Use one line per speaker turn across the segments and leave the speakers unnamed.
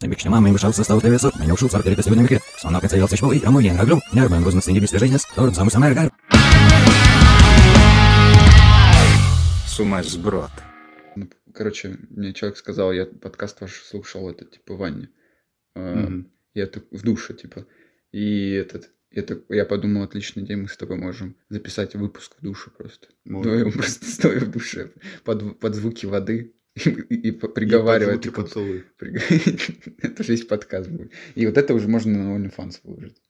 Bikšņa māmiņa šāds sastāvdaļas, man jau šūts ar teritas jūniem ir. Sanāk, ka ceļās išpalī, amu vien agru, nermēm uzmestīgi bistrēžainies, tur samu samēr garu.
С ума сброд.
Ну, Короче, мне человек сказал, я подкаст ваш слушал, это типа Ваня. Э,
Мгм.
Я так в душе, типа. И этот, я, так- я подумал, отличный день, мы с тобой можем записать выпуск в душе просто.
Ну,
Ну, я просто стою в душе под, под звуки воды и, и по-
и
приговариваю.
под звуки
такой,
поцелуй.
«Приг- Это же есть подкаст будет. И вот это уже можно на OnlyFans выложить.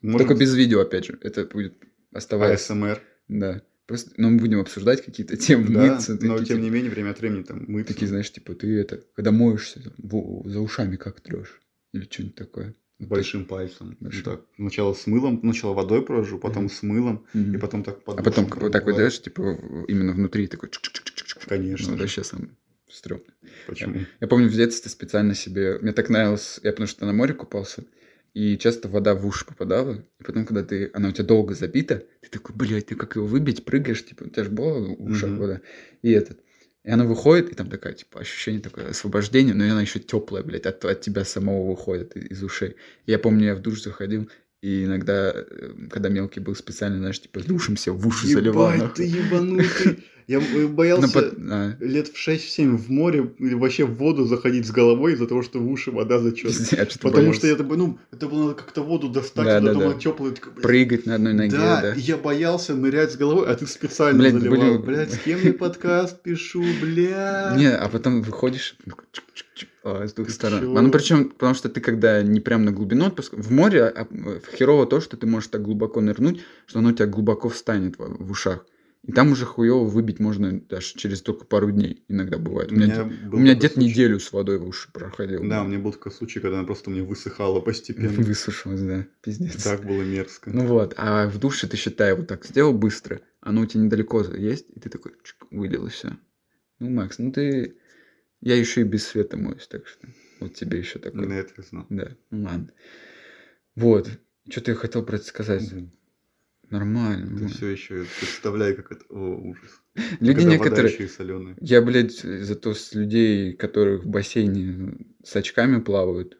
Может,
Только без видео, опять же. Это будет
А,
оставаясь.
ASMR.
Да. Просто, но мы будем обсуждать какие-то темы,
Да,
мыться,
но
такие,
тем
типа,
не менее, время от времени там мы
Такие, знаешь, типа, ты это, когда моешься, там, во- за ушами как трешь. Или что-нибудь такое. Вот
большим пальцем. Ну
Большим.
Так, сначала с мылом, ну, сначала водой провожу, потом
Мгм.
с мылом,
так. Мгм.
и потом так под
А потом
душем
вот так вот,
промываю.
знаешь, типа, в- именно внутри такой чик-чик-чик-чик.
Конечно.
Ну,
же.
вообще самое стрёмное.
Почему?
Я помню, в детстве специально себе... Мне так нравилось... Я потому что на море купался, и часто вода в уши попадала. И потом, когда ты... Она у тебя долго забита, ты такой, блядь, ты как его выбить, прыгаешь, типа, у тебя же была в ушах
Мгм.
вода. И этот... И она выходит, и там такая, типа, ощущение такое освобождение, но и она еще теплая, блядь, от, от тебя самого выходит и- из ушей. Я помню, я в душ заходил, и иногда, э, когда мелкий был специально, знаешь, типа, душимся, в уши заливал.
Ебать, ты
нахуй.
ебанутый. Я э,
Ну,
боялся
пот- а,
лет в 6-7 в море или вообще в воду заходить с головой из-за того, что в уши вода зачет.
пиздец, что ты
Потому что
боялся?
я такой, ну, это было надо как-то воду достать,
Да,
туда,
да,
там
да.
она теплая. такая, блядь.
Прыгать на одной ноге,
да,
да.
и я боялся нырять с головой, а ты специально
Блядь,
заливал.
были-
Блядь, с кем я подкаст пишу, блядь.
Не, а потом выходишь ну, чик-чик-чик, а, с двух
Ты
сторон.
чего?
Ну, причем, потому что ты когда не прям на глубину отпуск, в море а, э, херово то, что ты можешь так глубоко нырнуть, что оно у тебя глубоко встанет в, в ушах. И там уже хуево выбить можно даже через только пару дней. Иногда бывает. У меня, дед-
был
у меня
такой
дед
случай.
неделю с водой в уши проходил.
Да, у меня был такой случай, когда она просто мне высыхала постепенно.
Высушилось, да. Пиздец.
Так было мерзко.
Ну вот, а в душе ты считай, вот так сделал быстро, оно у тебя недалеко есть, и ты такой чик, вылил и все. Ну, Макс, ну ты... Я еще и без света моюсь, так что вот тебе еще такое.
На это я знал.
Да, ну ладно. Вот, что-то я хотел про это сказать.
Ты
Нормально. нормально.
все еще представляю, как это... О, ужас.
Люди
Когда вода
некоторые...
еще и соленая.
Я, блядь, зато с людей, которых в бассейне с очками плавают,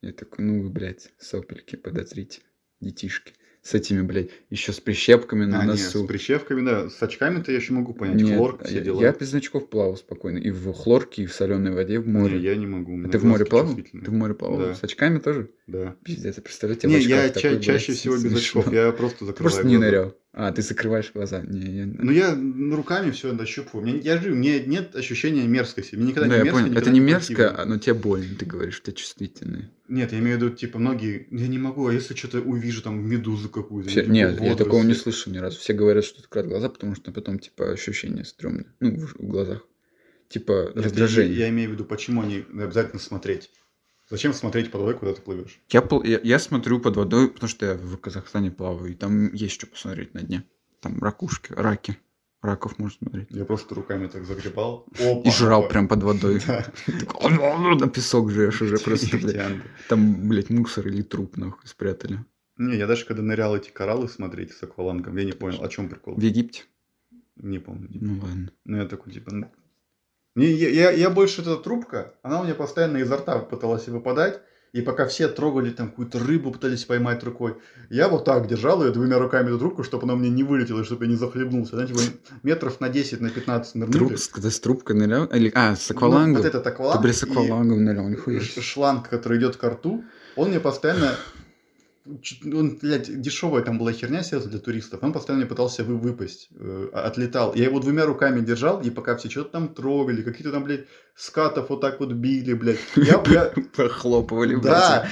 я такой, ну вы, блядь, сопельки подотрите, детишки. С этими, блядь, еще с прищепками на
А, не,
носу.
с прищепками, да. С очками-то я еще могу понять.
Нет,
Хлорка,
а
все
я-
дела.
Я без значков плавал спокойно. И в хлорке, и в соленой воде, в море.
Не, я не могу. у
А
меня
ты в море
глазки
плавал?
чувствительные.
Ты в море плавал?
Да.
С очками тоже?
Да.
Пиздец, я представляю тебя в
Не,
очках
я ча-
такой, блядь,
чаще всего без
смешно.
очков. Я просто
Ты
закрываю
просто не
глаза.
нырял. А, ты закрываешь глаза. Не, я...
Ну, я ну, руками все нащупываю. Мне- я же, у меня нет ощущения мерзкости. Мне никогда
Да,
не
Ну, я
мерзко,
понял.
никогда
Это не мерзко,
противно.
а- но тебе больно, ты говоришь, у тебя чувствительные.
Нет, я имею в виду, типа, многие... Я не могу, а если что-то увижу, там, медузу какую-то?
Все-
или
Нет, я
водоросли?
такого не слышал ни разу. Все говорят, что открывают глаза, потому что потом, типа, ощущение стрёмное. Ну, в, в глазах. Типа,
Нет, я-
раздражение.
Ну, Я, имею в виду, почему они обязательно смотреть. Зачем смотреть под водой, куда ты плывешь?
Я, пл- я, я смотрю под водой, потому что я в Казахстане плаваю, и там есть что посмотреть на дне. Там ракушки, раки. Раков можно смотреть.
Я просто руками так загребал. Опа,
И жрал
опа.
прям под водой.
Да.
Такой, На песок жрешь уже просто, блядь.
Нефтянка.
Там, блядь, мусор или труп, нахуй, спрятали.
Не, я даже когда нырял эти кораллы смотреть с аквалангом, я не понял, о чем прикол.
В Египте?
Не помню. не помню.
Ну ладно.
Ну, я такой, типа... ну. Не, я, я- я больше эта трубка, она у меня постоянно изо рта пыталась выпадать. И пока все трогали там какую-то рыбу, пытались поймать рукой, я вот так держал ее двумя руками эту трубку, чтобы она мне не вылетела, чтобы я не захлебнулся. Знаете, вы метров на 10, на 15 нырнули.
Труп, с- когда с трубкой нырял? Или, а, с
Ну,
аквалангом?
вот этот акваланг.
Ты, блядь, с
и
аквалангом нырял, нихуя.
ш- Шланг, который идет к рту, он мне постоянно... чуть- Он, блядь, дешевая там была херня сейчас для туристов. Он постоянно мне пытался вы- выпасть. э, а- Отлетал. Я его двумя руками держал, и пока все что-то там трогали, какие-то там, блядь, скатов вот так вот били, блядь. Я, я-
Похлопывали,
Да,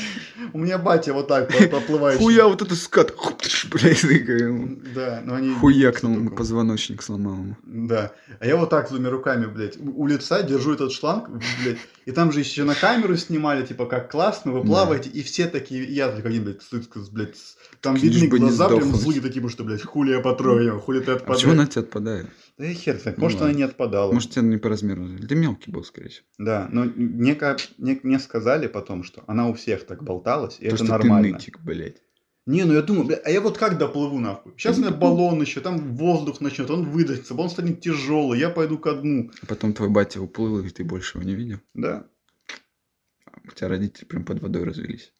у меня батя вот так по-
блядь.
поплывающий.
Хуя, вот это скат. Блядь, такая,
Да, но они...
хуякнул,
Стуком.
позвоночник сломал ему.
Да. А я вот так двумя руками, блядь, у у лица держу этот шланг, блядь. И там же еще на камеру снимали, типа, как классно, вы
Да.
плаваете. И все такие, я такой один, блядь, с- с- блядь, с- там
Лишь
видны
бы не
глаза, прям
сдохнуть.
злые такие, потому что, блядь, хули я потрою, хули ты
А почему
отпадаешь.
она от тебя отпадает?
Да и хер знает,
Ну
может, она
ладно.
не отпадала.
Может, тебе не по размеру. Ты мелкий был, скорее всего.
Да, но мне, ка- мне, мне сказали потом, что она у всех так болталась, и
То,
это
что
нормально.
ты нытик, блядь.
Не, ну я думаю, бля, а я вот как доплыву нахуй? Сейчас у меня баллон еще, там воздух начнет, он выдастся, он станет тяжелый, я пойду ко дну.
А потом твой батя уплыл, и ты больше его не видел.
Да.
у тебя родители прям под водой развелись.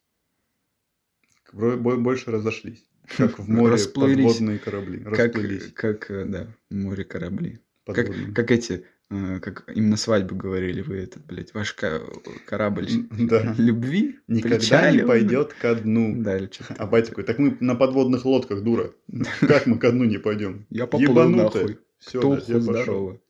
Бро- бо- Больше разошлись. Как в море
Расплылись.
подводные корабли.
Как,
Расплылись.
как, э, да, в море корабли. Как,
подводные.
как эти, э, как им на свадьбу говорили вы, этот, блядь, ваш ка- корабль
Да.
любви
Никогда не
причалил.
пойдет ко дну.
Да, или что-то
А батя такой, так мы на подводных лодках, дура. Как мы ко дну не пойдем?
Я поплыл нахуй.
Все,
Толку здорово.